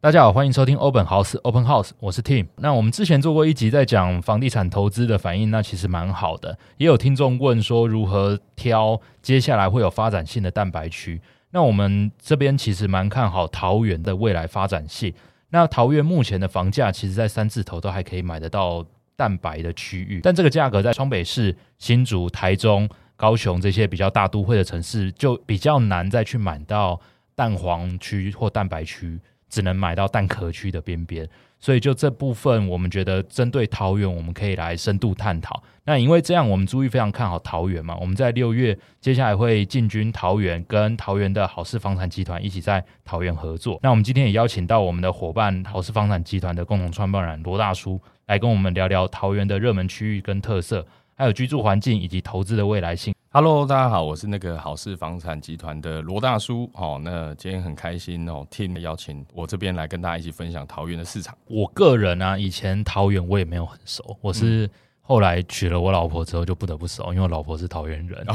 大家好，欢迎收听 Open House Open House，我是 Tim。那我们之前做过一集在讲房地产投资的反应，那其实蛮好的。也有听众问说如何挑接下来会有发展性的蛋白区。那我们这边其实蛮看好桃园的未来发展性。那桃园目前的房价其实，在三字头都还可以买得到蛋白的区域，但这个价格在双北市、新竹、台中、高雄这些比较大都会的城市，就比较难再去买到蛋黄区或蛋白区。只能买到蛋壳区的边边，所以就这部分，我们觉得针对桃园，我们可以来深度探讨。那因为这样，我们朱玉非常看好桃园嘛，我们在六月接下来会进军桃园，跟桃园的好事房产集团一起在桃园合作。那我们今天也邀请到我们的伙伴好事房产集团的共同创办人罗大叔来跟我们聊聊桃园的热门区域跟特色，还有居住环境以及投资的未来性。 Hello，大家好，我是那个好事房产集团的罗大叔。哦，那今天很开心哦，Team 邀请我这边来跟大家一起分享桃园的市场。我个人啊，以前桃园我也没有很熟，我嗯是后来娶了我老婆之后就不得不熟，因为我老婆是桃园 人。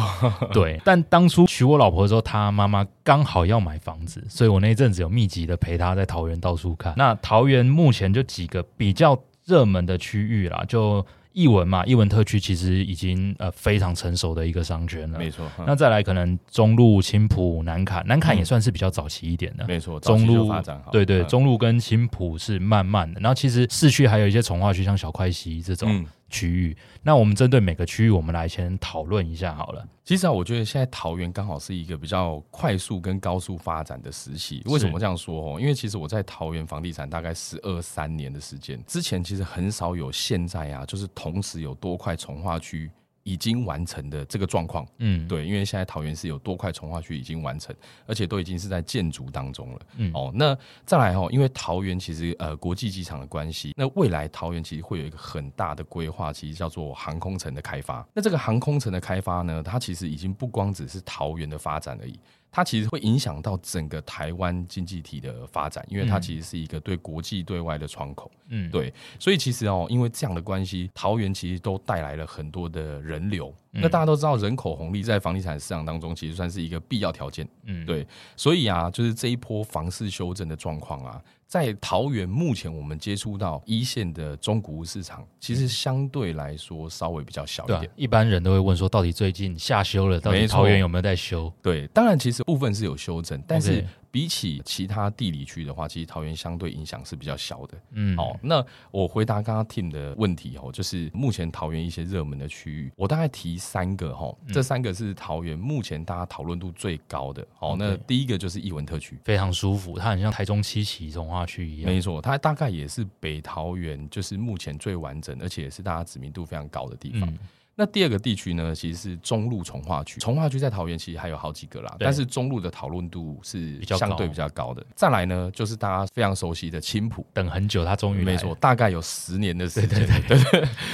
对，但当初娶我老婆的时候，她妈妈刚好要买房子，所以我那一阵子有密集的陪她在桃园到处看。那桃园目前就几个比较热门的区域啦，就艺文嘛，艺文特区其实已经呃非常成熟的一个商圈了。没错，嗯那再来可能中路、青浦、南坎，南坎也嗯算是比较早期一点的。没错，早期中就路发展好，对对，嗯中路跟青浦是慢慢的，然后其实市区还有一些从化区，像小块溪这种嗯，区域。那我们针对每个区域，我们来先讨论一下好了。其实啊，我觉得现在桃园刚好是一个比较快速跟高速发展的时期。为什么这样说哦？因为其实我在桃园房地产大概十二三年的时间，之前其实很少有现在啊，就是同时有多块从化区已经完成的这个状况。嗯，对，因为现在桃园市有多块从化区已经完成，而且都已经是在建筑当中了。嗯哦，那再来哦，因为桃园其实呃国际机场的关系，那未来桃园其实会有一个很大的规划，其实叫做航空城的开发。那这个航空城的开发呢，它其实已经不光只是桃园的发展而已。它其实会影响到整个台湾经济体的发展，因为它嗯其实是一个对国际对外的窗口。嗯，对所以其实哦，因为这样的关系，桃园其实都带来了很多的人流。嗯那大家都知道，人口红利在房地产市场当中其实算是一个必要条件。嗯，对所以啊，就是这一波房市修正的状况啊，在桃园目前我们接触到一线的中古屋市场，其实相对来说稍微比较小嗯一对啊点。，一般人都会问说，到底最近下修了，到底没错桃园有没有在修？对，当然其实部分是有修正，但是 OK 比起其他地理区的话，其实桃园相对影响是比较小的。嗯，哦，那我回答刚刚 Tim 的问题哦，就是目前桃园一些热门的区域，我大概提三个哈、嗯哦，这三个是桃园目前大家讨论度最高的。哦，那 OK 第一个就是艺文特区，非常舒服，它很像台中七期从化区一样。没错，它大概也是北桃园就是目前最完整，而且也是大家知名度非常高的地方。嗯那第二个地区呢，其实是中路从化区。从化区在桃园其实还有好几个啦，对但是中路的讨论度是比较高相对比较高的。再来呢，就是大家非常熟悉的青浦，等很久，它终于来没了错，，大概有十年的时间，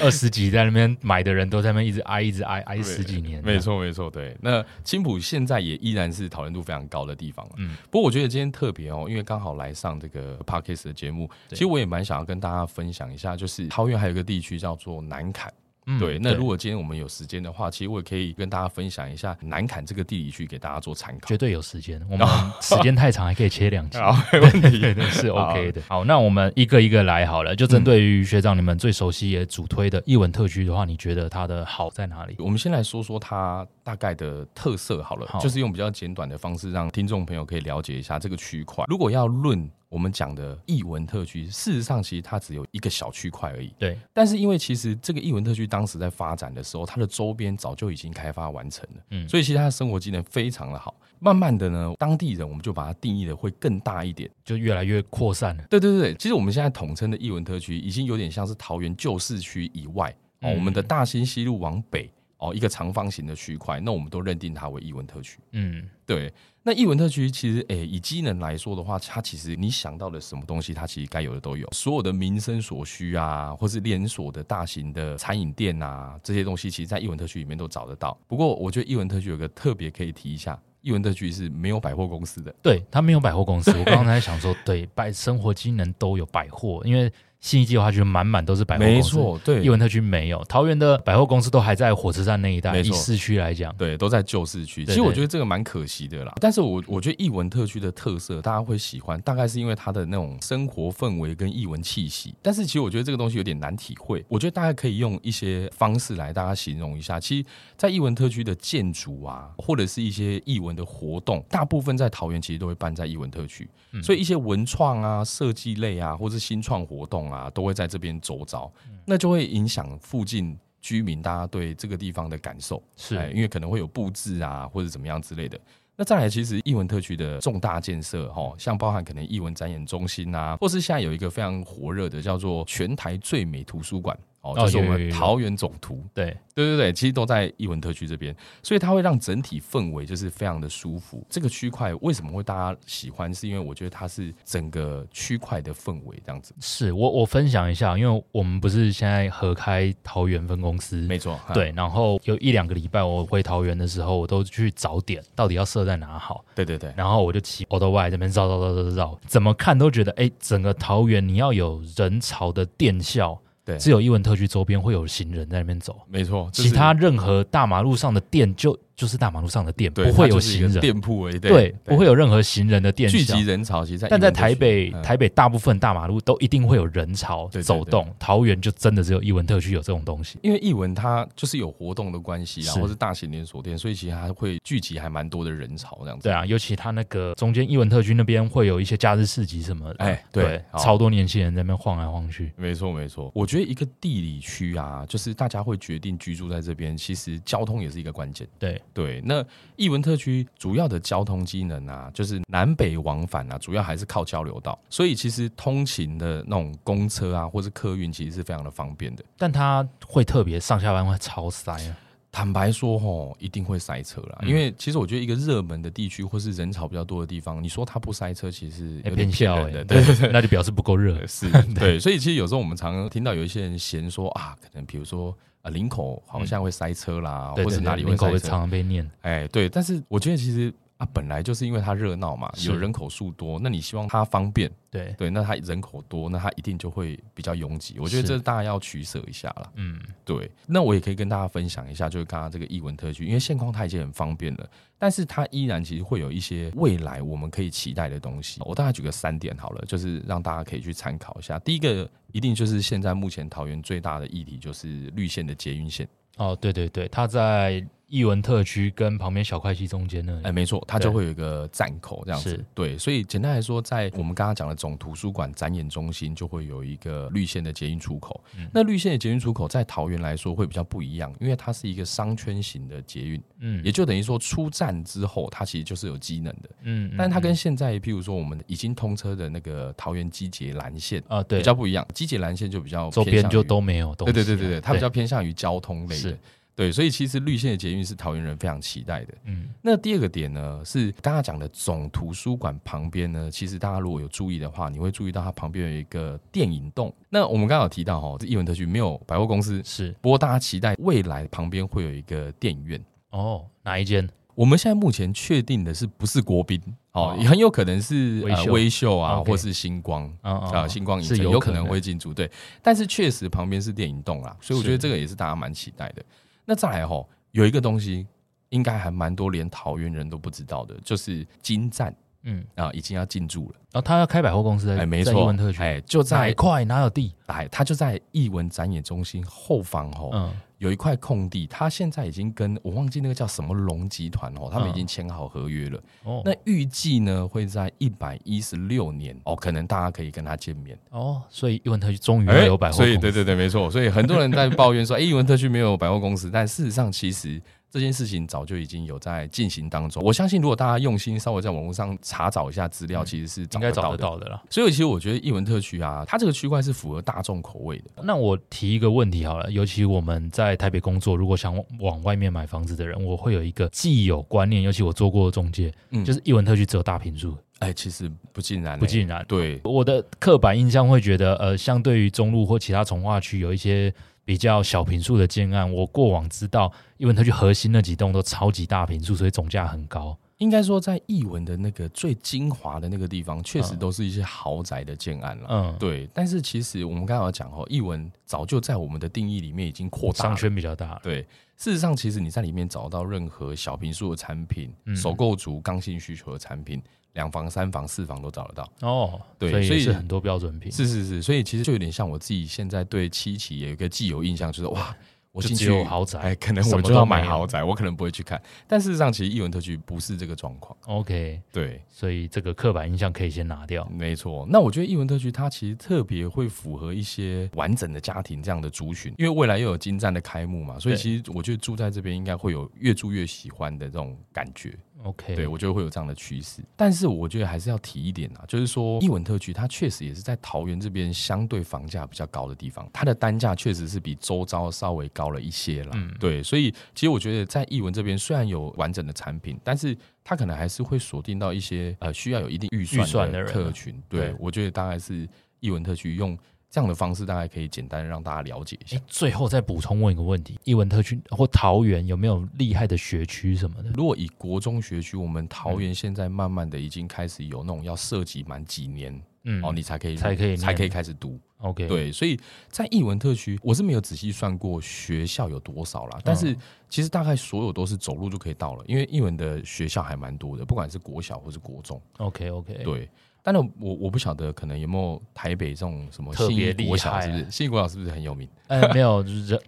二十几在那边买的人都在那边一直挨，一直挨，挨对十几年。没，错，没错，对。那青浦现在也依然是讨论度非常高的地方了。嗯嗯，不过我觉得今天特别哦，因为刚好来上这个 podcast 的节目，对其实我也蛮想要跟大家分享一下，就是桃园还有一个地区叫做南坎。嗯对，那如果今天我们有时间的话，其实我也可以跟大家分享一下南坎这个地理区，给大家做参考。绝对有时间，我们时间太长还可以切两集。好，没问 对题。对是好 OK 的。好，那我们一个一个来好了。就针对于学长你们最熟悉也主推的译文特区的话，你觉得它的好在哪里？我们先来说说它大概的特色好了，好就是用比较简短的方式让听众朋友可以了解一下这个区块。如果要论我们讲的艺文特区，事实上其实它只有一个小区块而已。对，但是因为其实这个艺文特区当时在发展的时候，它的周边早就已经开发完成了，嗯所以其实它的生活机能非常的好。慢慢的呢，当地人我们就把它定义的会更大一点。就越来越扩散了。对对对，其实我们现在统称的艺文特区已经有点像是桃园旧市区以外哦，嗯我们的大兴西路往北。哦一个长方形的区块，那我们都认定它为艺文特区。嗯，对，那艺文特区其实，诶、以机能来说的话，它其实你想到的什么东西，它其实该有的都有，所有的民生所需啊，或是连锁的大型的餐饮店啊，这些东西，其实在艺文特区里面都找得到。不过，我觉得艺文特区有个特别可以提一下，艺文特区是没有百货公司的。对，它没有百货公司。 我刚刚才想说，对，百生活机能都有百货，因为信义计划区满满都是百货公司，没，错，对艺，文特区没有，桃园的百货公司都还在火车站那一带。没以错市区来讲，对，都在旧市区。对其实我对觉得这个蛮可惜的啦。但是我我觉得艺文特区的特色，大家会喜欢，大概是因为它的那种生活氛围跟艺文气息。但是其实我觉得这个东西有点难体会。我觉得大家可以用一些方式来大家形容一下。其实，在艺文特区的建筑啊，或者是一些艺文的活动，大部分在桃园其实都会办在艺文特区。嗯所以一些文创啊、设计类啊，或是新创活动啊，都会在这边周遭，嗯那就会影响附近居民大家对这个地方的感受。是哎因为可能会有布置啊，或者怎么样之类的。那再来，其实艺文特区的重大建设，哈，像包含可能艺文展演中心啊，或是现在有一个非常火热的叫做全台最美图书馆，哦，哦就是我有有们有桃园总图，对，对对对，其实都在艺文特区这边，所以它会让整体氛围就是非常的舒服。这个区块为什么会大家喜欢？是因为我觉得它是整个区块的氛围这样子。是我我分享一下，因为我们不是现在合开桃园分公司，没错，哈对，然后有一两个礼拜我回桃园的时候，我都去找点到底要设在哪好，对对对，然后我就骑 Auto Y 这边绕绕绕绕绕，怎么看都觉得，哎，整个桃园你要有人潮的电效，对只有一文特区周边会有行人在那边走，没错，就是其他任何大马路上的店就就是大马路上的店，对不会它有就是一个行人，店铺而已，对，不会有有任何行人的店聚效集。人潮。其实在艺但文在特区，台北，嗯台北大部分大马路都一定会有人潮对对走动，桃园就真的只有一文特区有这种东西。因为艺文它就是有活动的关系啊，是或是大型连锁店，所以其实它会聚集还蛮多的人潮这样子。对啊，尤其他那个中间艺文特区那边会有一些假日市集什么的，哎对对，好超多年轻人在那边晃来晃去。没错，没错。我觉得一个地理区啊，就是大家会决定居住在这边，其实交通也是一个关键。对对，那艺文特区主要的交通机能啊，就是南北往返啊，主要还是靠交流道，所以其实通勤的那种公车啊，或是客运，其实是非常的方便的。但他会特别上下班会超塞啊，坦白说，吼，一定会塞车啦，嗯因为其实我觉得一个热门的地区或是人潮比较多的地方，你说它不塞车，其实哎变有点骗笑人哎、的。对对，那就表示不够 热。是对，所以其实有时候我们常常听到有一些人嫌说啊，可能比如说啊、呃林口好像会塞车啦，嗯对或者对哪对，里门会口塞会车常，常被念，哎，对。但是我觉得其实啊，本来就是因为它热闹嘛，是有人口数多，那你希望它方便，对，对，那它人口多，那它一定就会比较拥挤。我觉得是这大家要取舍一下啦。嗯，对，那我也可以跟大家分享一下，就是刚刚这个艺文特区，因为现况它已经很方便了，但是它依然其实会有一些未来我们可以期待的东西。我大概举个三点好了，就是让大家可以去参考一下。第一个，一定就是现在目前桃园最大的议题就是绿线的捷运线，哦，对对对，他在艺文特区跟旁边小快溪中间那里，哎，没错，它就对会有一个站口这样子是。对，所以简单来说，在我们刚刚讲的总图书馆展演中心，就会有一个绿线的捷运出口。嗯那绿线的捷运出口在桃园来说会比较不一样，因为它是一个商圈型的捷运。嗯也就等于说出站之后，它其实就是有机能的。嗯，嗯但是它跟嗯现在，譬如说我们已经通车的那个桃园机捷蓝线啊对比较不一样，机捷蓝线就比较周偏边向就于都没有东西对啊，对对对对，它比较偏向于交通类的是。对，所以其实绿线的捷运是桃园人非常期待的。嗯那第二个点呢，是刚刚讲的总图书馆旁边呢，其实大家如果有注意的话，你会注意到它旁边有一个电影洞。那我们刚刚有提到哈，这艺文特区没有百货公司，是不过大家期待未来旁边会有一个电影院。哦，哪一间？我们现在目前确定的是不是国宾哦哦，也很有可能是微秀呃、微秀啊， OK 或是星光嗯嗯啊，嗯星光影是城有有可可能能会进驻，对。但是确实旁边是电影洞啦，所以我觉得是这个也是大家蛮期待的。那再来吼，有一个东西应该还蛮多连桃园人都不知道的，就是金站嗯，啊，已经要进驻了，然后他要开百货公司在，哎，没在错，艺文特区，哎，就哪一在块哪有地？哎，它就在艺文展演中心后方吼，嗯，有一块空地，它现在已经跟我忘记那个叫什么龙集团哦，他们已嗯经签好合约了。哦，那预计呢会在一百一十六年哦，可能大家可以跟他见面。哦，所以艺文特区终于要有百货哎所公司，以对对对，没错。所以很多人在抱怨说，哎、英文特区没有百货公司，但事实上其实。这件事情早就已经有在进行当中。我相信，如果大家用心稍微在网络上查找一下资料，其实是嗯应该找找得得到的。到的啦。所以，其实我觉得艺文特区啊，它这个区块是符合大众口味的。那我提一个问题好了，尤其我们在台北工作，如果想往往外面买房子的人，我会有一个既有观念，尤其我做过中介，嗯就是一文特区只有大平数，哎，其实不尽然、不尽然。对，我的刻板印象会觉得，呃，相对于中路或其他从化区有一些比较小平数的建案，我过往知道，因为它去核心那几栋都超级大平数，所以总价很高。应该说在艺文的那个最精华的那个地方，确实嗯都是一些豪宅的建案了。嗯，对，但是其实我们刚刚有讲哦，艺文早就在我们的定义里面已经扩大商了。圈比较大。对，事实上，其实你在里面找到任何小平数的产品、嗯首购族刚性需求的产品，两房、三房、四房都找得到。哦，对所以所也以是很多标准品。是是是，所以其实就有点像我自己现在对七期有一个既有印象，就是哇，我就进只去有豪宅哎，可能什我么就都要没买有豪宅，我可能不会去看。但事实上，其实艺文特区不是这个状况。 OK，对，所以这个刻板印象可以先拿掉。没错，那我觉得艺文特区它其实特别会符合一些完整的家庭这样的族群，因为未来又有金站的开幕嘛，所以对其实我觉得住在这边应该会有越住越喜欢的这种感觉， OK，对我觉得会有这样的趋势。但是我觉得还是要提一点啊，就是说艺文特区它确实也是在桃园这边相对房价比较高的地方，它的单价确实是比周遭稍微高了一些啦。嗯对，所以其实我觉得在艺文这边虽然有完整的产品，但是它可能还是会锁定到一些呃需要有一定预预算算的人啊客群。对，对我觉得大概是艺文特区用这样的方式，大概可以简单让大家了解一下。诶哎最后再补充问一个问题：艺文特区或桃园有没有厉害的学区什么的？如果以国中学区，我们桃嗯园现在慢慢的已经开始有那种要涉及满几年、嗯，哦，你才可以才可以念才可以开始读。 OK，，对，所以在艺文特区，我是没有仔细算过学校有多少啦，嗯但是其实大概所有都是走路就可以到了，因为艺文的学校还蛮多的，不管是国小或是国中。 OK OK，对，但是我我不晓得可能有没有台北这种什么特信义别厉国小害是不啊是？信义国小是不是很有名？哎，没有仁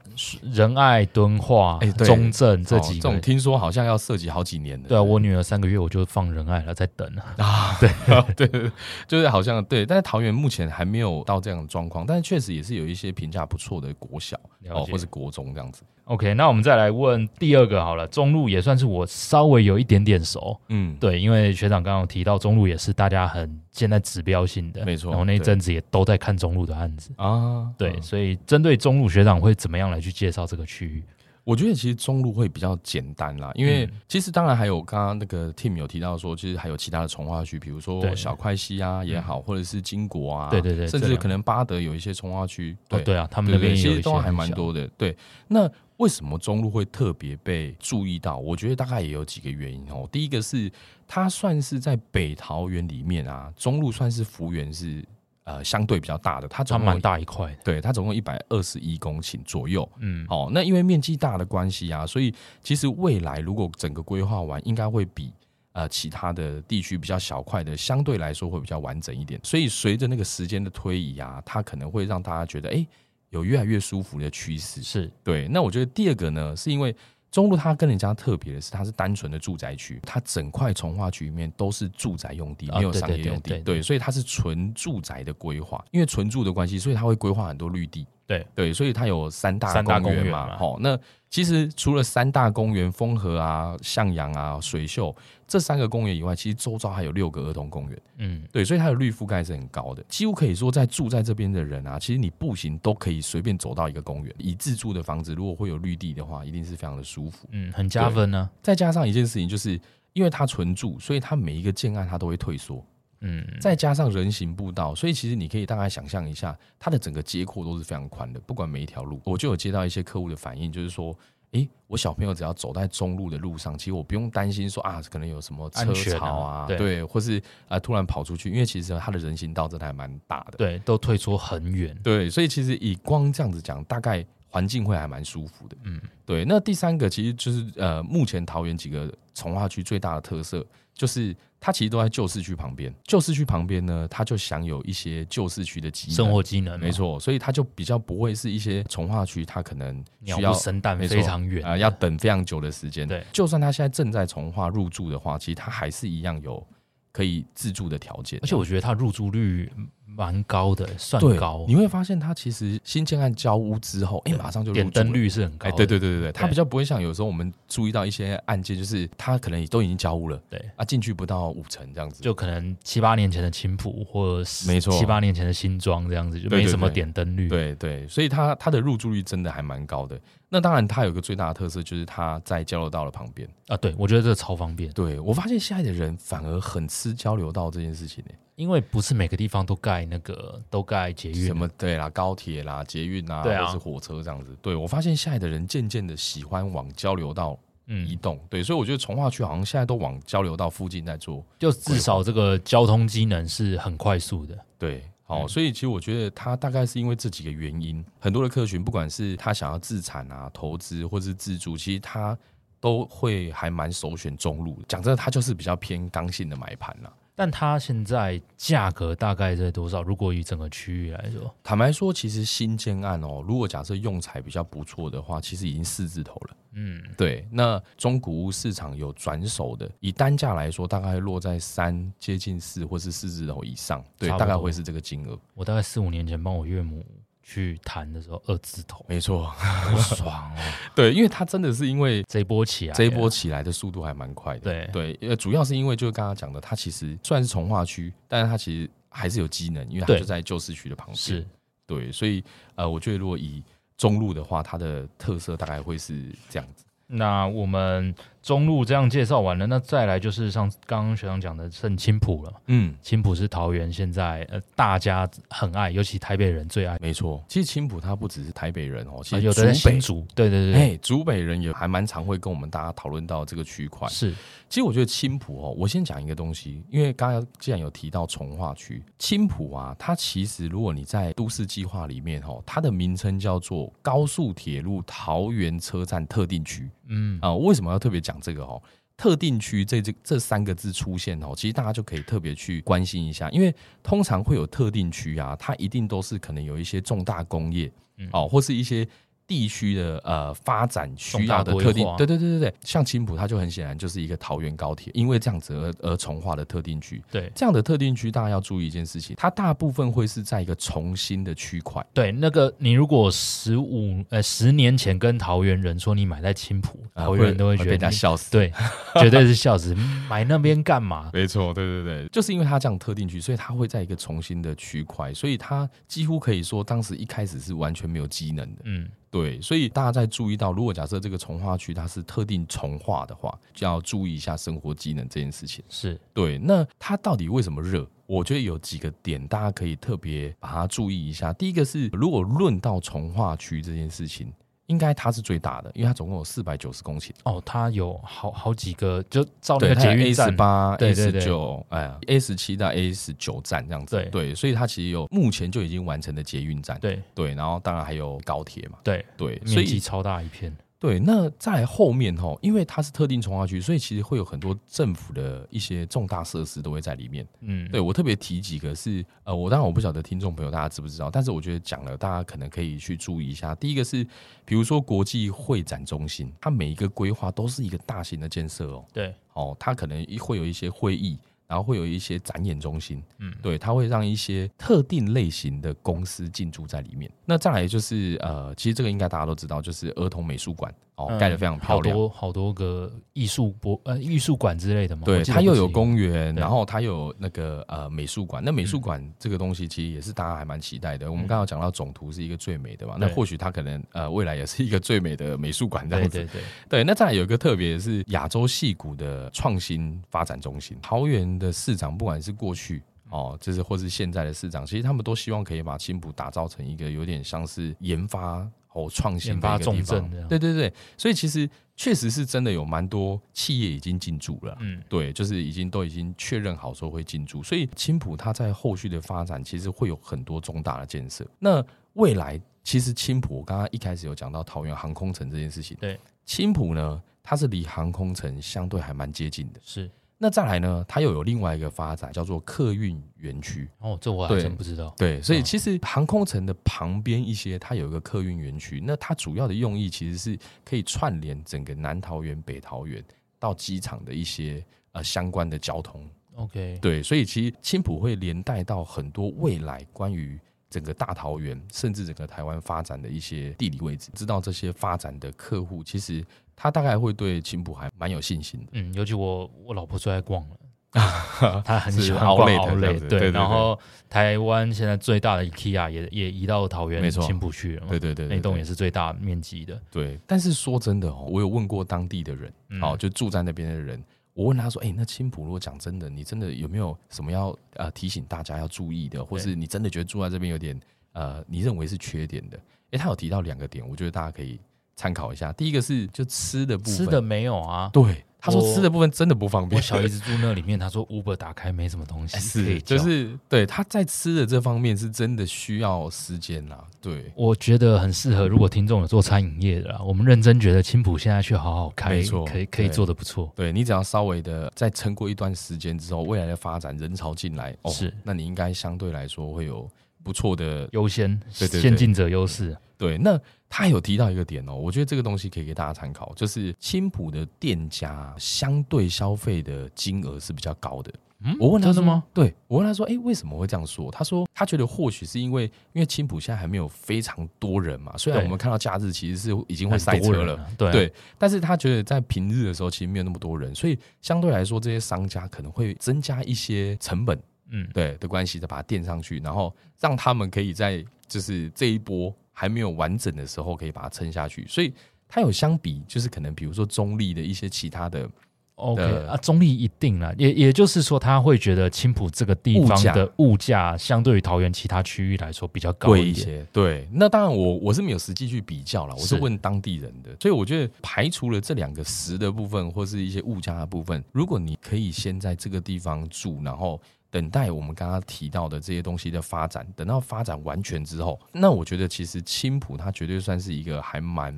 仁爱、敦化哎、对中正这几哦、这个种，听说好像要涉及好几年的。对啊，我女儿三个月我就放仁爱了，在等啊。 对对，对就是好像对，但是桃园目前还没有到这样的状况，但是确实也是有一些评价不错的国小了哦，解或是国中这样子。 OK，那我们再来问第二个好了，中路也算是我稍微有一点点熟，嗯，对，因为学长刚刚有提到中路也是大家很现在指标性的，没错然后那一对阵子也都在看中路的案子，啊，对，嗯所以针对中路学长会怎么样来去介绍这个区域？我觉得其实中路会比较简单啦，因为嗯其实当然还有刚刚那个 team 有提到说，其实还有其他的从化区，比如对嗯说小块溪啊也好，或者是金国啊，对对对甚这至两可能巴德有一些从化区，哦，对啊，他们那对边对，也其有实一些都还蛮很小多的。对，那为什么中路会特别被注意到？我觉得大概也有几个原因哦。第一个是它算是在北桃园里面啊，中路算是幅员是呃相对比较大的，它它总共蛮，大一块的，对，它总共一百二十一公顷左右。嗯，哦，那因为面积大的关系啊，所以其实未来如果整个规划完，应该会比呃其他的地区比较小块的相对来说会比较完整一点。所以随着那个时间的推移啊，它可能会让大家觉得，哎、有越来越舒服的趋势。是对，那我觉得第二个呢，是因为中路它跟人家特别的是，它是单纯的住宅区，它整块从化区里面都是住宅用地，啊没有商业对对用地，对对对，所以它是纯住宅的规划。因为纯住的关系，所以它会规划很多绿地，对对，所以它有三大三大公公园嘛嘛，好、那其实除了三大公园，风和啊、向阳啊、水秀这三个公园以外，其实周遭还有六个儿童公园。嗯，对，所以它的绿覆盖是很高的，几乎可以说在住在这边的人啊，其实你步行都可以随便走到一个公园。以自住的房子，如果会有绿地的话，一定是非常的舒服。嗯，很加分呢、再加上一件事情，就是因为它纯住，所以它每一个建案它都会退缩，嗯，再加上人行步道，所以其实你可以大概想象一下，它的整个街廓都是非常宽的，不管每一条路。我就有接到一些客户的反应，就是说。诶，我小朋友只要走在中路的路上，其实我不用担心说啊，可能有什么安车全啊潮啊，对对，或是啊、呃突然跑出去，因为其实它的人行道真的还蛮大的，对，都退出很远，对，所以其实以光这样子讲，大概环境会还蛮舒服的。嗯嗯，对。那第三个其实就是呃，目前桃园几个从化区最大的特色就是它其实都在旧市区旁边，旧市区旁边呢，它就享有一些旧市区的机能生活机能啊嘛没，错，所以它就比较不会是一些从化区，它可能鸟需不要生蛋，没错非常远啊、要等非常久的时间。对，就算它现在正在从化入住的话，其实它还是一样有可以自住的条件。而且我觉得它入住率蛮高的，算对高，你会发现它其实新建案交屋之后，哎、马上就入点住灯了率是很高哎，的。对对对对对，它对比较不会像有时候我们注意到一些案件，就是它可能也都已经交屋了，对啊，进去不到五成这样子，就可能七八年前的青浦，或者是没错七八年前的新庄这样子，就对没对什么对点灯率。对对，所以它它的入住率真的还蛮高的。那当然，它有一个最大的特色就是它在交流道的旁边。啊，对，我觉得这个超方便，对我发现现在的人反而很吃交流道这件事情呢、因为不是每个地方都盖那个都盖捷运，什么对啦，高铁啦、捷运啦，对啊或是火车这样子。对我发现现在的人渐渐的喜欢往交流道移嗯，动，对，所以我觉得从化区好像现在都往交流道附近在做。就至少这个交通机能是很快速的。对，好、嗯所以其实我觉得他大概是因为这几个原因，很多的客群，不管是他想要自产啊、投资或是自住，其实他都会还蛮首选中路。讲真的，他就是比较偏刚性的买盘啦、但它现在价格大概在多少？如果以整个区域来说，坦白说，其实新建案哦，如果假设用材比较不错的话，其实已经四字头了。嗯，对，那中古屋市场有转手的，以单价来说，大概落在三接近四或是四字头以上，对，差不大概多会是这个金额。我大概四五年前帮我岳母去谈的时候，二字头，没 错，好爽哦！ 对，因为它真的是因为这一波起来了，这一波起来的速度还蛮快的。对对，呃，主要是因为就是刚刚讲的，它其实虽然是从化区，但是它其实还是有机能，因为它对就在旧市区的旁边。是，对，所以呃，我觉得如果以中路的话，它的特色大概会是这样子。那我们中路这样介绍完了，那再来就是像刚刚学长讲的圣青浦了嘛。嗯，青浦是桃园现在呃大家很爱，尤其台北人最爱，没错。其实青浦它不只是台北人哦，其呃实有的在竹北新，竹，对对对，哎，竹北人也还蛮常会跟我们大家讨论到这个区块。是其实我觉得青浦哦，我先讲一个东西，因为刚刚既然有提到从化区，青浦啊，它其实如果你在都市计划里面哦，它的名称叫做高速铁路桃园车站特定区嗯啊、为什么要特别讲这个哦？特定区这这这三个字出现哦，其实大家就可以特别去关心一下，因为通常会有特定区啊，它一定都是可能有一些重大工业嗯哦，或是一些地区的呃发展需要的重大规特定划，对对对对对，像青浦它就很显然就是一个桃园高铁，因为这样子而而重化的特定区。对这样的特定区，大家要注意一件事情，它大部分会是在一个重新的区块。对，那个你如果十五呃十年前跟桃园人说你买在青浦，呃桃园人都会觉被人得家你笑死。 对，绝对是笑死，买那边干嘛？没错，对对对，就是因为它这样特定区，所以它会在一个重新的区块，所以它几乎可以说当时一开始是完全没有机能的。嗯，对，所以大家在注意到，如果假设这个从化区它是特定从化的话，就要注意一下生活机能这件事情。是对，那它到底为什么热？我觉得有几个点大家可以特别把它注意一下。第一个是，如果论到从化区这件事情，应该它是最大的，因为它总共有四百九十公顷。哦，它有好好几个，就照哦那对，个它捷有运 A 站十八、对 A 对十对九、哎呀 A 十七到 A 十九站这样子。对所以它其实有目前就已经完成的捷运站。对对，然后当然还有高铁嘛。对，对，所面积以超大一片，对，那再来后面吼，因为它是特定从化区，所以其实会有很多政府的一些重大设施都会在里面。嗯，对我特别提几个是，呃，我当然我不晓得听众朋友大家知不知道，但是我觉得讲了，大家可能可以去注意一下。第一个是，比如说国际会展中心，它每一个规划都是一个大型的建设哦，对，哦，它可能一会有一些会议，然后会有一些展演中心，嗯对，它会让一些特定类型的公司进驻在里面。那再来就是，呃，其实这个应该大家都知道，就是儿童美术馆哦，嗯盖得非常漂好亮。多好多个艺术博呃艺术馆之类的嘛，我对，记得它不又止有一个公园，对嗯然后它有那个呃美术馆。那美术馆这个东西其实也是大家还蛮期待的。我们刚刚有讲到总图是一个最美的嘛，那对或许它可能呃未来也是一个最美的美术馆这对样子。对对，对，那再来有一个特别的是亚洲戏谷的创新发展中心，桃园的市长不管是过去。哦，就是或是现在的市长，其实他们都希望可以把青浦打造成一个有点像是研发哦创新的研发一个地重方镇这样对对对，所以其实确实是真的有蛮多企业已经进驻了啦，啊嗯，对，就是已经都已经确认好说会进驻，所以青浦它在后续的发展其实会有很多重大的建设。那未来其实青浦，我刚刚一开始有讲到桃园航空城这件事情，对，青浦呢，它是离航空城相对还蛮接近的。是那再来呢，它又有另外一个发展叫做客运园区，哦，这我还对真不知道。对，所以嗯其实航空城的旁边一些，它有一个客运园区，那它主要的用意其实是可以串联整个南桃园、北桃园到机场的一些呃相关的交通 OK，对，所以其实青浦会连带到很多未来关于整个大桃园，甚至整个台湾发展的一些地理位置，知道这些发展的客户，其实他大概会对青浦还蛮有信心的。嗯，尤其我我老婆最爱逛 了，她很喜欢是逛 outlet 奥这莱，样子对对对然后台湾现在最大的 IKEA 也也移到桃园没错青浦去了嘛，对对对对那栋对也是最大面积的，对，但是说真的哦，我有问过当地的人，嗯哦，就住在那边的人，我问他说：“哎、那青浦，如果讲真的，你真的有没有什么要呃提醒大家要注意的，或是你真的觉得住在这边有点呃，你认为是缺点的？”哎、他有提到两个点，我觉得大家可以参考一下。第一个是就吃的部分，吃的没有啊？对，他说我吃的部分真的不方便。我小姨 子住那里面，她说 Uber 打开没什么东西，可以哎是，叫就是对他在吃的这方面是真的需要时间啦。对，我觉得很适合，如果听众有做餐饮业的啦，我们认真觉得青浦现在去好好开，没错可以可以对做的不错。对你只要稍微的再撑过一段时间之后，未来的发展人潮进来，哦，是那你应该相对来说会有不错的优先，对对对先进者优势。对。那他有提到一个点哦，我觉得这个东西可以给大家参考，就是青浦的店家相对消费的金额是比较高的。嗯我问他真的说吗？？对我问他说，哎、为什么会这样说？他说他觉得或许是因为因为青浦现在还没有非常多人嘛，虽然对我们看到假日其实是已经会很塞多车人了，啊，对啊对，但是他觉得在平日的时候其实没有那么多人，所以相对来说，这些商家可能会增加一些成本，嗯，对的关系，再把它垫上去，然后让他们可以在就是这一波还没有完整的时候，可以把它撑下去。所以它有相比，就是可能比如说中立的一些其他的 OK 的啊，中立一定了，也也就是说，他会觉得青浦这个地方的物价相对于桃园其他区域来说比较高贵一一点。些，对。那当然我，我是没有实际去比较了，我是是问当地人的，所以我觉得排除了这两个食的部分或是一些物价的部分，如果你可以先在这个地方住，然后等待我们刚刚提到的这些东西的发展，等到发展完全之后，那我觉得其实青浦它绝对算是一个还蛮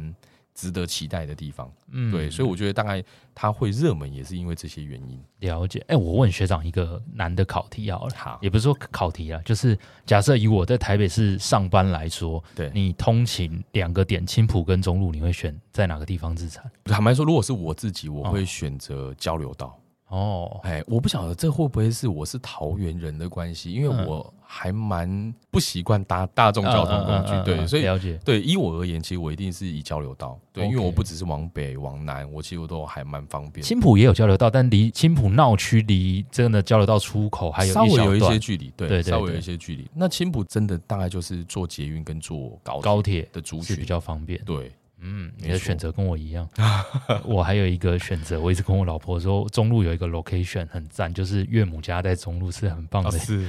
值得期待的地方，嗯，对。所以我觉得大概它会热门也是因为这些原因。了解。哎，我问学长一个难的考题好了，好，也不是说考题啊，就是假设以我在台北市上班来说，对你通勤两个点，青浦跟中路，你会选在哪个地方自产？坦白说，如果是我自己，我哦会选择交流道。 哦，哎，我不晓得这会不会是我是桃园人的关系，因为嗯我还蛮不习惯搭大众交通工具，嗯嗯嗯嗯对，嗯所以了解。对依我而言，其实我一定是以交流道，对 OK 因为我不只是往北往南，我其实我都还蛮方便，青浦也有交流道，但离青浦闹区离真的交流道出口还有稍微一有小一些段距离，对，对对稍微有对一些距离。那青浦真的大概就是坐捷运跟坐高高高铁的族是群比较方便。对，嗯，你没的错选择跟我一 样，我还有一个选择，我一直跟我老婆说，中路有一个 location 很赞，就是岳母家在中路是很棒 的。是，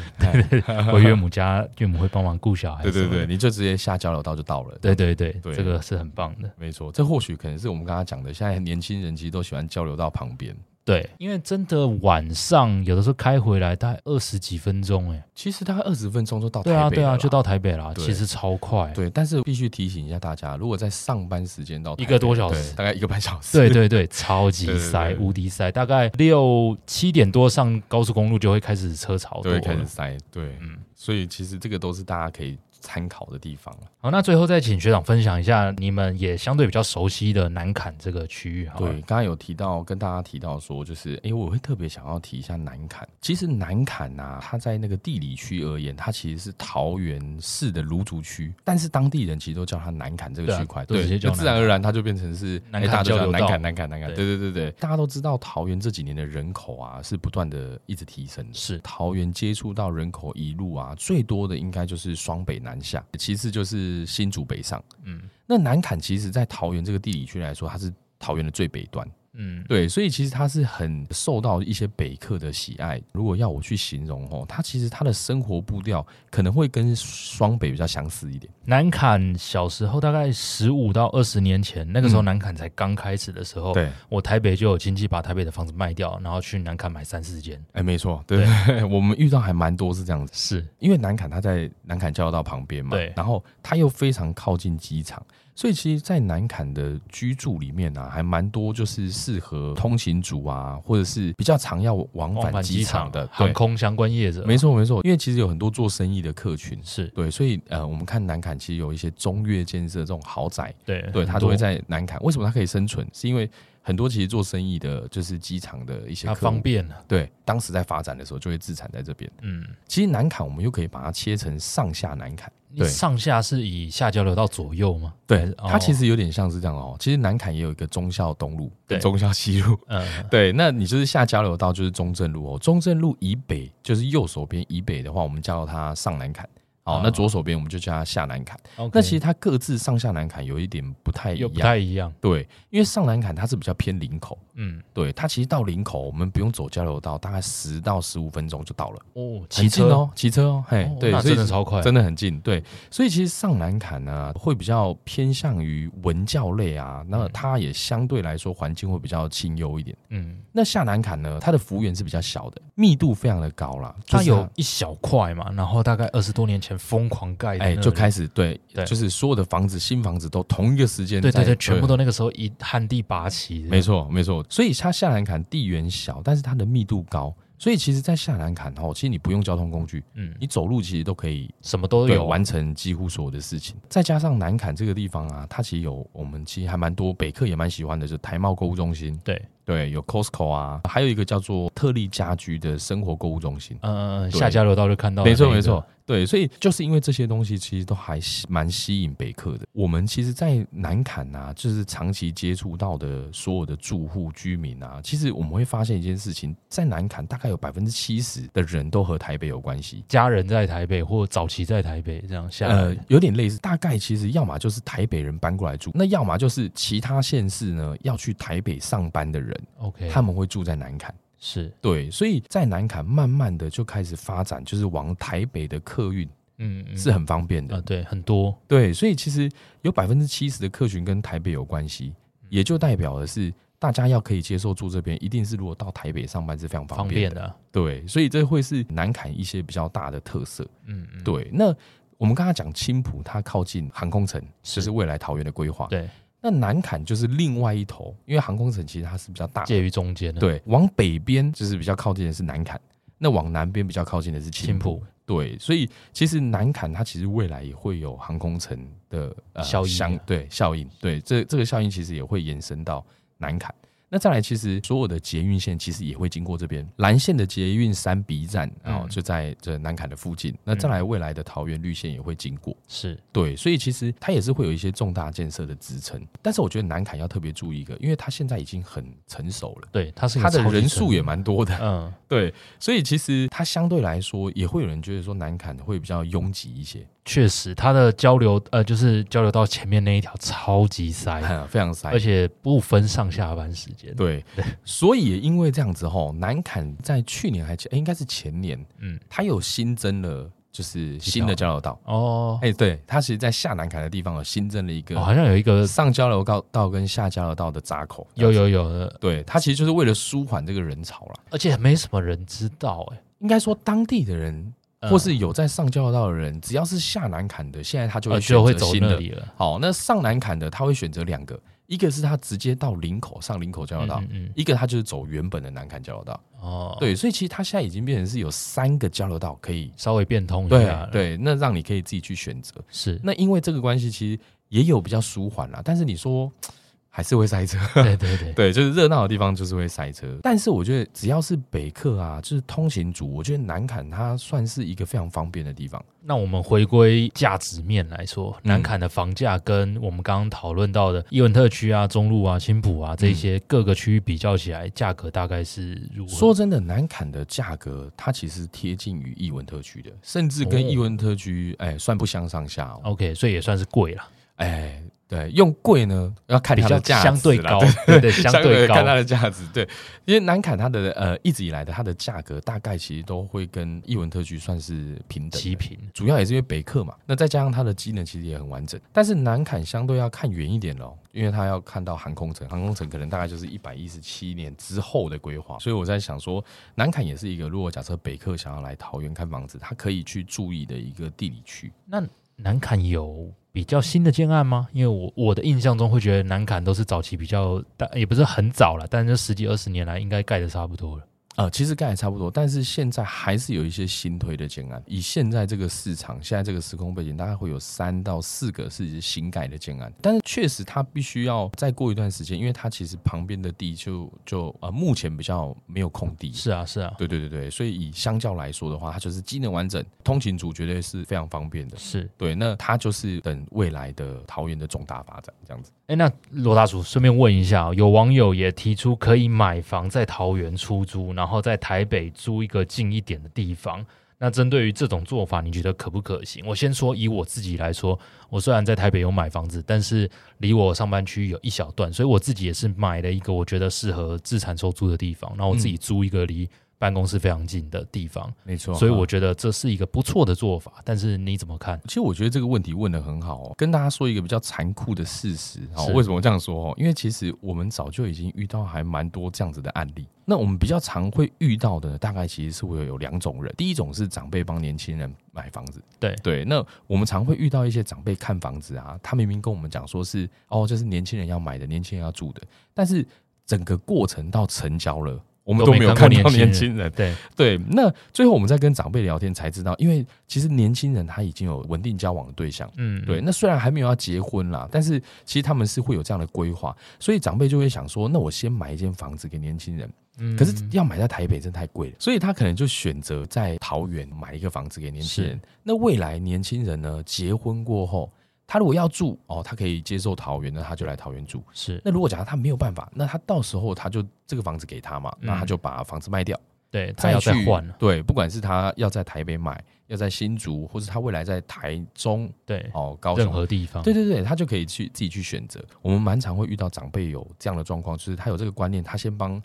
我岳母家岳母会帮忙顾小孩哎对什对么对，的，你就直接下交流道就到了，对对对对这个是很棒的。没错，这或许可能是我们刚刚讲的，现在年轻人其实都喜欢交流道旁边。对，因为真的晚上有的时候开回来大概二十几分钟，哎，其实大概二十分钟就到台对北啊了对啊，啦就到台北啦，对其实超快。对，但是必须提醒一下大家，如果在上班时间到台一个北多小时对大概一个半小时，对对对，超级对对对塞，对无敌塞！大概六七点多上高速公路就会开始车潮都多会了，开始塞。对，嗯所以其实这个都是大家可以参考的地方了。好，那最后再请学长分享一下你们也相对比较熟悉的南坎这个区域好了，对，刚刚有提到跟大家提到说，就是哎、诶我会特别想要提一下南坎。其实南坎啊，它在那个地理区而言，它其实是桃园市的芦竹区，但是当地人其实都叫它南坎这对个啊区块，都直接叫就南自然而然它就变成是南诶坎大家都交叫流南道坎南坎南坎。对对对对对，大家都知道桃园这几年的人口啊是不断的一直提升的，是桃园接触到人口一路啊，最多的应该就是双北南下，其次就是新竹北上。嗯那南坎其实在桃园这个地理区来说，它是桃园的最北端。嗯，对，所以其实它是很受到一些北客的喜爱。如果要我去形容哦，它其实它的生活步调可能会跟双北比较相似一点。南坎小时候大概十五到二十年前，那个时候嗯南坎才刚开始的时候，对，我台北就有亲戚把台北的房子卖掉，然后去南坎买三四间，哎，没错，对， 我们遇到还蛮多是这样子，是因为南坎它在南坎交流道旁边嘛，对然后它又非常靠近机场，所以其实，在南坎的居住里面呢、啊，还蛮多就是适合通勤族啊，或者是比较常要往往返返机机场的航对空相关业者，没错没错，因为其实有很多做生意的客群，是对，所以呃，我们看南坎其实有一些中越建设这种豪宅，对对，很它就会多在南坎。为什么它可以生存？是因为很多其实做生意的，就是机场的一些它客户方。便了，对，当时在发展的时候就会自产在这边。嗯，其实南坎我们又可以把它切成上下南坎，你对上下是以下交流道左右吗？还对是，它其哦实有点像是这样哦。其实南坎也有一个忠孝东路、对跟忠孝西 路，嗯对，那你就是下交流道就是中正路哦，中正路以北就是右手边以北的话，我们叫它上南坎。哦好，那左手边我们就叫它下南坎。 ，OK，那其实它各自上下南坎有一点不太一又不样，太一样，对，因为上南坎它是比较偏林口，嗯，对，它其实到林口我们不用走交流道，大概十到十五分钟就到了，哦，骑很近车，哦，骑车哦，嘿哦，对，那所以真的超快，真的很近，对，所以其实上南坎呢、会比较偏向于文教类啊，那它也相对来说环境会比较清幽一点。嗯，那下南坎呢，它的幅员是比较小的，密度非常的高啦。就它是有一小块嘛，然后大概二十多年前疯狂盖的那哎，里，就开始对对，就是所有的房子，新房子都同一个时间在，对对对，全部都那个时候一旱地拔起的，没错没错。所以它下南坎地缘小，但是它的密度高，所以其实，在下南坎哦，其实你不用交通工具，嗯，你走路其实都可以什么都对，有，完成几乎所有的事情。再加上南坎这个地方啊，它其实有我们其实还蛮多北客也蛮喜欢的，就是台贸购物中心，对，对，有 Costco 啊，还有一个叫做特利家居的生活购物中心。嗯，对下交流道就看到了没错那没个错，，对，所以就是因为这些东西其实都还吸蛮吸引北客的。我们其实，在南坎啊，就是长期接触到的所有的住户居民啊，其实我们会发现一件事情，在南坎大概有百分之七十的人都和台北有关系。家人在台北或早期在台北这样下来呃的，，有点类似，大概其实要么就是台北人搬过来住，那要么就是其他县市呢要去台北上班的人， OK，他们会住在南坎。是，对，所以在南坎慢慢的就开始发展，就是往台北的客运嗯，嗯是很方便的。啊，对，很多，对，所以其实有百分之七十的客群跟台北有关系，也就代表的是大家要可以接受住这边，一定是如果到台北上班是非常方方便便的。的，对，所以这会是南坎一些比较大的特色。嗯，嗯，对，那我们刚刚讲青浦，它靠近航空城，这是未来桃园的规划。，对，那南坎就是另外一头，因为航空城其实它是比较大的，介于中间的，，对，往北边就是比较靠近的是南坎，那往南边比较靠近的是青青浦。浦对，所以其实南坎它其实未来也会有航空城的、呃效应啊相对效应，对这这个效应其实也会延伸到南坎。那再来，其实所有的捷运线其实也会经过这边，蓝线的捷运三 B 站，然后嗯就在这南坎的附近。那再来，未来的桃园绿线也会经过。是，对，所以其实它也是会有一些重大建设的支撑。但是我觉得南坎要特别注意一个，因为它现在已经很成熟了，对，它是一个它的超级人城数也蛮多的，嗯， 对，所以其实它相对来说，也会有人觉得说南坎会比较拥挤一些，确实，它的交流呃，就是交流道前面那一条超级塞，哎非常塞而。且不分上下班时间。，对， 所以也因为这样子吼，南坎在去年还前、诶应该是前年，嗯，它有新增了就是新几条的交流道。哦，哎、对，它其实在下南坎的地方有新增了一哦个好像有一个上交流道道跟下交流道的闸口。有，有有的，对，它其实就是为了舒缓这个人潮啦。而且没什么人知道哎、应该说当地的人。嗯或是有在上交流道的人，只要是下南坎的，现在他就呃会就会选择走新那的里了。好，那上南坎的他会选择两个，一个是他直接到林口上林口交流道，嗯嗯一个他就是走原本的南坎交流道。嗯哦，，对，所以其实他现在已经变成是有三个交流道可以，稍微变通一下对了，对，那让你可以自己去选择。是，那因为这个关系，其实也有比较舒缓啦，但是你说还是会塞车。对对对， 对，就是热闹的地方就是会塞车，但是我觉得只要是北客啊，就是通勤族，我觉得南坎它算是一个非常方便的地方。那我们回归价值面来说，南坎的房价跟我们刚刚讨论到的伊文特区啊、中路啊、青浦啊这些各个区域比较起来，价格大概是如何？说真的，南坎的价格它其实贴近于艺文特区的，甚至跟哦艺文特区哎、算不相上下哦。 OK，所以也算是贵了，哎、对，用贵呢要看比它的较价值啦相对高，对对对，相相对对看它高。的价值。对，因为南坎它的呃一直以来的它的价格大概其实都会跟艺文特区算是平等的极。品主要也是因为北客嘛，那再加上它的机能其实也很完整，但是南坎相对要看远一点喽，因为它要看到航空城，航空城可能大概就是一百一十七年之后的规划，所以我在想说，南坎也是一个如果假设北客想要来桃园看房子，他可以去注意的一个地理区。那南坎有比比较新的建案吗？因为我我的印象中会觉得南坎都是早期比较，但也不是很早了，但是十几二十年来应该盖的差不多了。呃，其实盖也差不多，但是现在还是有一些新推的建案。以现在这个市场，现在这个时空背景，大概会有三到四个是新盖的建案。但是确实，它必须要再过一段时间，因为它其实旁边的地就就呃目前比较没有空地。是啊，是啊，对对对对，所以以相较来说的话，它就是机能完整，通勤族绝对是非常方便的。是。对，那它就是等未来的桃园的重大发展这样子。哎，那罗大叔，顺便问一下哦，有网友也提出可以买房在桃园出租，然后在台北租一个近一点的地方。那针对于这种做法，你觉得可不可行？我先说，以我自己来说，我虽然在台北有买房子，但是离我上班区有一小段，所以我自己也是买了一个我觉得适合自产收租的地方，然后我自嗯己租一个离办公室非常近的地方，没错所以我觉得这是一个不错的做法。但是你怎么看？其实我觉得这个问题问的很好哦，跟大家说一个比较残酷的事实哦。是为什么这样说哦？因为其实我们早就已经遇到还蛮多这样子的案例。那我们比较常会遇到的呢，大概其实是会有两种人，第一种是长辈帮年轻人买房子，对对。那我们常会遇到一些长辈看房子啊，他明明跟我们讲说是哦，这是年轻人要买的，年轻人要住的，但是整个过程到成交了，我们都都没没有看看过到年年轻轻人。对，对，那最后我们在跟长辈聊天才知道，因为其实年轻人他已经有稳定交往的对象。嗯，对，，那虽然还没有要结婚啦，但是其实他们是会有这样的规划，所以长辈就会想说，那我先买一间房子给年轻人，嗯可是要买在台北真的太贵了，所以他可能就选择在桃园买一个房子给年轻人。那未来年轻人呢，结婚过后，他如果要住哦，他可以接受桃园，那他就来桃园住。是那如果假如他没有办法，那他到时候他就这个房子给他嘛，那他嗯就把房子卖掉。对，他要再去换了。对，不管是他要在台北买，要在新竹，或是他未来在台中对，哦高任雄，何地方。对对对，他就可以去自己去选择。我们蛮常会遇到长辈有这样的状况，就是他有这个观念，他先帮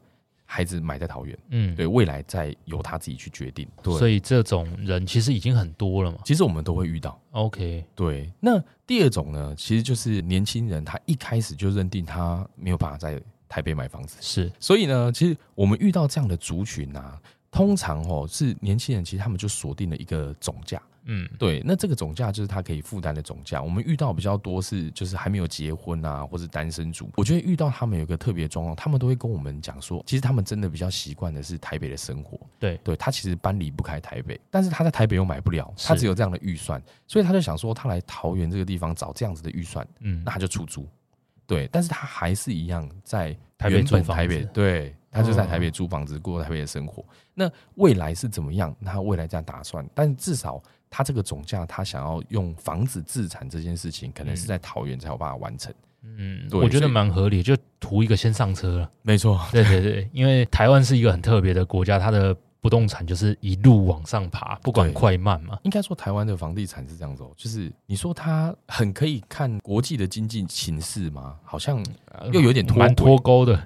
孩子买在桃园，嗯，对未来再由他自己去决定。所，以这种人其实已经很多了嘛。其实我们都会遇到。 OK，对，那第二种呢，其实就是年轻人他一开始就认定他没有办法在台北买房子，是所以呢，其实我们遇到这样的族群啊，通常哦是年轻人，其实他们就锁定了一个总价。嗯，对，那这个总价就是他可以负担的总价。我们遇到比较多是就是还没有结婚啊，或是单身族。我觉得遇到他们有一个特别的状况，他们都会跟我们讲说，其实他们真的比较习惯的是台北的生活。对对他其实搬离不开台北，但是他在台北又买不了，他是只有这样的预算，所以他就想说，他来桃园这个地方找这样子的预算，嗯那，他就出租。对，但是他还是一样在台北原租本房台北子，对，他就在哦台北租房子，过台北的生活。那未来是怎么样？那他未来这样打算，但至少他这个总价，他想要用房子自产这件事情，可能是嗯在桃园才有办法完成。嗯，对我觉所得以蛮合理，就图一个先上车了。 没错，对对对，因为台湾是一个很特别的国家，它的不动产就是一路往上爬，不管对快慢嘛。应该说台湾的房地产是这样子哦，就是你说它很可以看国际的经济形势吗？好像呃又有点脱蛮轨脱钩的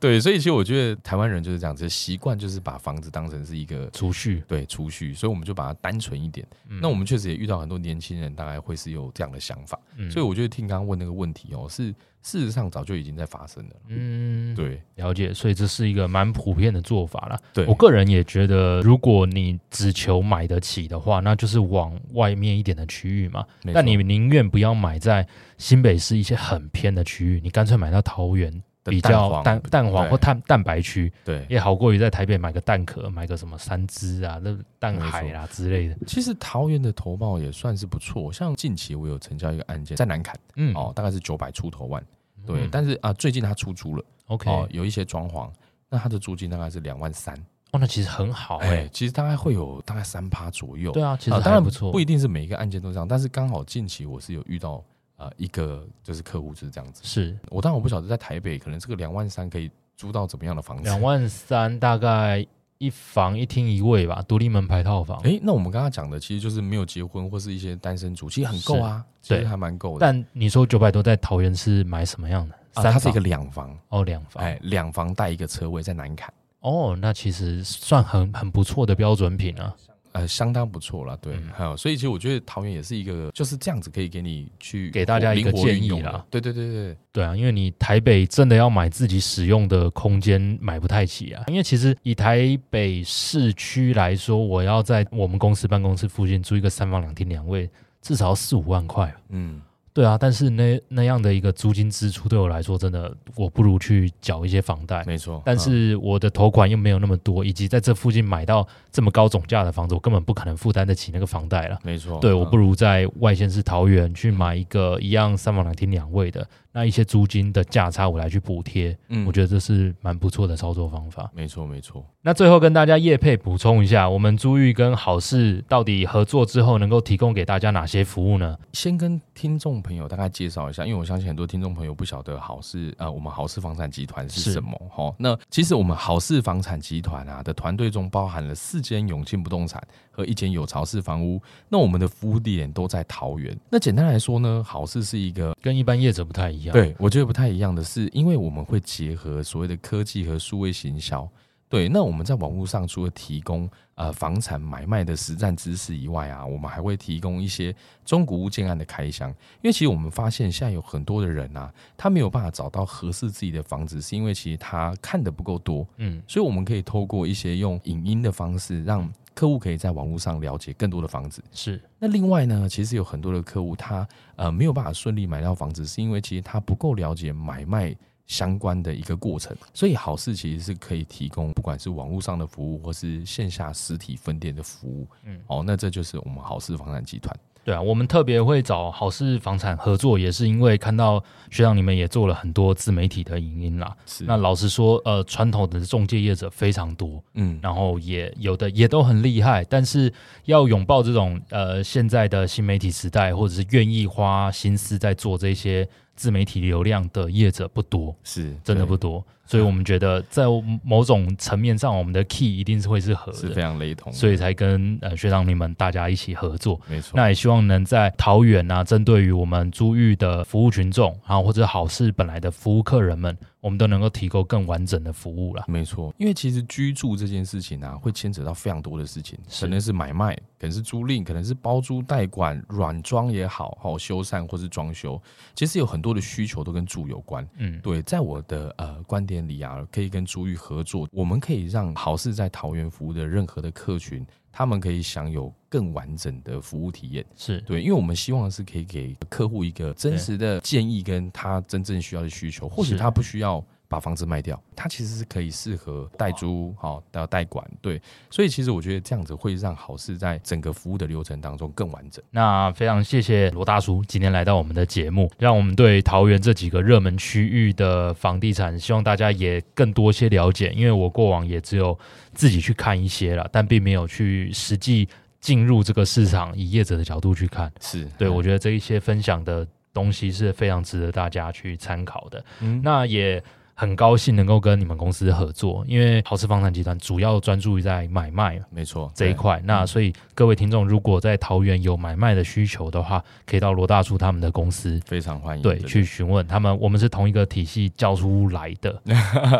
对，所以其实我觉得台湾人就是这样子，习惯就是把房子当成是一个储蓄。对储蓄，所以我们就把它单纯一点。嗯那我们确实也遇到很多年轻人，大概会是有这样的想法。嗯所以我觉得听刚刚问那个问题哦，是事实上早就已经在发生了。嗯，对了解，所以这是一个蛮普遍的做法啦。对我个人也觉得，如果你只求买得起的话，那就是往外面一点的区域嘛。没但你错宁愿不要买在新北市一些很偏的区域，你干脆买到桃园的比蛋较黄蛋蛋黄对或蛋蛋白区，对，也好过于在台北买个蛋壳，买个什么三只啊、那蛋海啦之类的。其实桃园的投报也算是不错，像近期我有成交一个案件在南坎嗯，哦，大概是九百出头万，对，嗯但是啊最近他出租了 OK，哦哦，，有一些装潢，那他的租金大概是两万三，哦那其实很好哎、哎，其实大概会有大概三趴左右，对啊，其实啊，当还然不错，不一定是每一个案件都这样，但是刚好近期我是有遇到呃一个就是客户是这样子，是我当然我不晓得在台北可能这个两万三可以租到怎么样的房子，两万三，大概一房一厅一卫吧，独立门牌套房。哎、那我们刚刚讲的其实就是没有结婚或是一些单身族，其实很够啊，是其对实还蛮够的。但你说九百多在桃园是买什么样的？啊，三它是房一个两房，哦，两房、哎，两房带一个车位在南坎，哦，那其实算很很不错的标准品啊。呃，相当不错了。对，嗯还有，所以其实我觉得桃园也是一个就是这样子，可以给你去给大家一个灵活运建议用的啦。对对对对，对啊，因为你台北真的要买自己使用的空间买不太起啊。因为其实以台北市区来说，我要在我们公司办公室附近租一个三房两厅两卫，至少要四五万块。嗯，对啊，但是那那样的一个租金支出对我来说，真的我不如去缴一些房贷。没错。但嗯是我的头款又没有那么多，以及在这附近买到这么高总价的房子，我根本不可能负担得起那个房贷了。没错，对，我不如如在外县市桃园去买一个一样三房两厅两卫的，那一些租金的价差我来去补贴，嗯我觉得这是蛮不错的操作方法。没错没错。那最后跟大家业配补充一下，我们租玉跟好事到底合作之后能够提供给大家哪些服务呢？先跟听众朋友大概介绍一下，因为我相信很多听众朋友不晓得好事呃，我们好事房产集团是是什么哈、齁那其实我们好事房产集团啊的团队中包含了四间永庆不动产和一间有巢式房屋，那我们的服务地点都在桃园。那简单来说呢，好事是一个跟一般业者不太一样。，对，我觉得不太一样的是，因为我们会结合所谓的科技和数位行销。对，那我们在网络上除了提供呃房产买卖的实战知识以外啊，我们还会提供一些中古物件案的开箱。因为其实我们发现现在有很多的人啊，他没有办法找到合适自己的房子，是因为其实他看的不够多，嗯，所以我们可以透过一些用影音的方式，让客户可以在网络上了解更多的房子。是那另外呢，其实有很多的客户他呃没有办法顺利买到房子，是因为其实他不够了解买卖相关的一个过程。所以好事其实是可以提供不管是网络上的服务，或是线下实体分店的服务。嗯嗯，哦，那这就是我们好事房产集团。对啊，我们特别会找好事房产合作，也是因为看到学长你们也做了很多自媒体的影音啦。是那老实说，呃，传统的中介业者非常多，嗯然后也有的也都很厉害，但是要拥抱这种呃现在的新媒体时代，或者是愿意花心思在做这些自媒体流量的业者不多，是真的对不多。所以我们觉得在某种层面上，我们的 key 一定是会是合是的，非常雷同，所以才跟呃学长你们大家一起合作。没错。那也希望能在桃园啊，针对于我们租遇的服务群众，然后或者好事本来的服务客人们，我们都能够提供更完整的服务啦。没错，因为其实居住这件事情啊，会牵扯到非常多的事情，是可能是买卖，可能是租赁，可能是包租代管、软装也好，好修缮或是装修，其实有很多的需求都跟住有关。嗯，对，在我的呃观点里啊，可以跟珠玉合作，我们可以让好事在桃园服务的任何的客群，他们可以享有更完整的服务体验。是对，因为我们希望的是可以给客户一个真实的建议，跟他真正需要的需求，或许是他不需要。把房子卖掉，他其实是可以适合代租，好的代管，对，所以其实我觉得这样子会让好事在整个服务的流程当中更完整。那非常谢谢罗大叔今天来到我们的节目，让我们对桃园这几个热门区域的房地产，希望大家也更多些了解。因为我过往也只有自己去看一些了，但并没有去实际进入这个市场，以业者的角度去看。是对我觉得这一些分享的东西是非常值得大家去参考的。嗯那也。很高兴能够跟你们公司合作，因为豪斯房产集团主要专注于在买卖，没错，这一对嗯块。那所以各位听众，如果在桃园有买卖的需求的话，可以到罗大叔他们的公司。非常欢迎，对，真的去询问他们，我们是同一个体系教出来 的，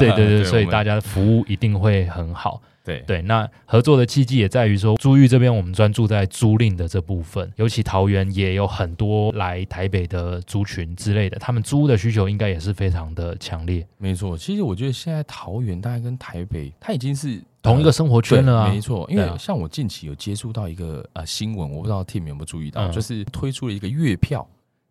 对对对，对所以我们大家的服务一定会很好。对对，那合作的契机也在于说，租玉这边我们专注在租赁的这部分，尤其桃园也有很多来台北的族群之类的，他们租屋的需求应该也是非常的强烈，没错，其实我觉得现在桃园大概跟台北，它已经是同一个呃生活圈了对啊没，错，因对啊为像我近期有接触到一个呃新闻，我不知道 Tim 有没有注意到，嗯就是推出了一个月票，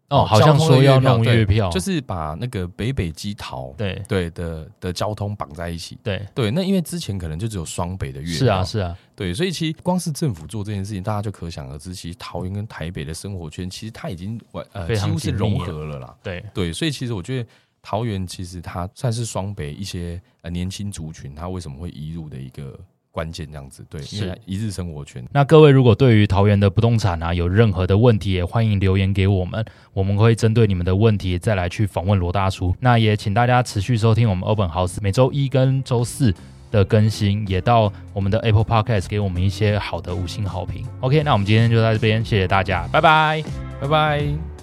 哦，好像说要弄月票，就是把那个北北基桃对对的的交通绑在一起。对，对，那因为之前可能就只有双北的月票，是啊是啊，对，所以其实光是政府做这件事情，大家就可想而知，其实桃园跟台北的生活圈其实它已经完呃非几常乎是紧密融了合了啦。对，对，所以其实我觉得桃园其实它算是双北一些呃年轻族群，它为什么会移入的一个关键，这样子对，因为是它一日生活圈。那各位如果对于桃园的不动产啊有任何的问题，也欢迎留言给我们，我们会针对你们的问题再来去访问罗大叔。那也请大家持续收听我们 Open House 每周一跟周四的更新，也到我们的 Apple Podcast 给我们一些好的五星好评。OK，那我们今天就到这边，谢谢大家，拜拜。拜拜。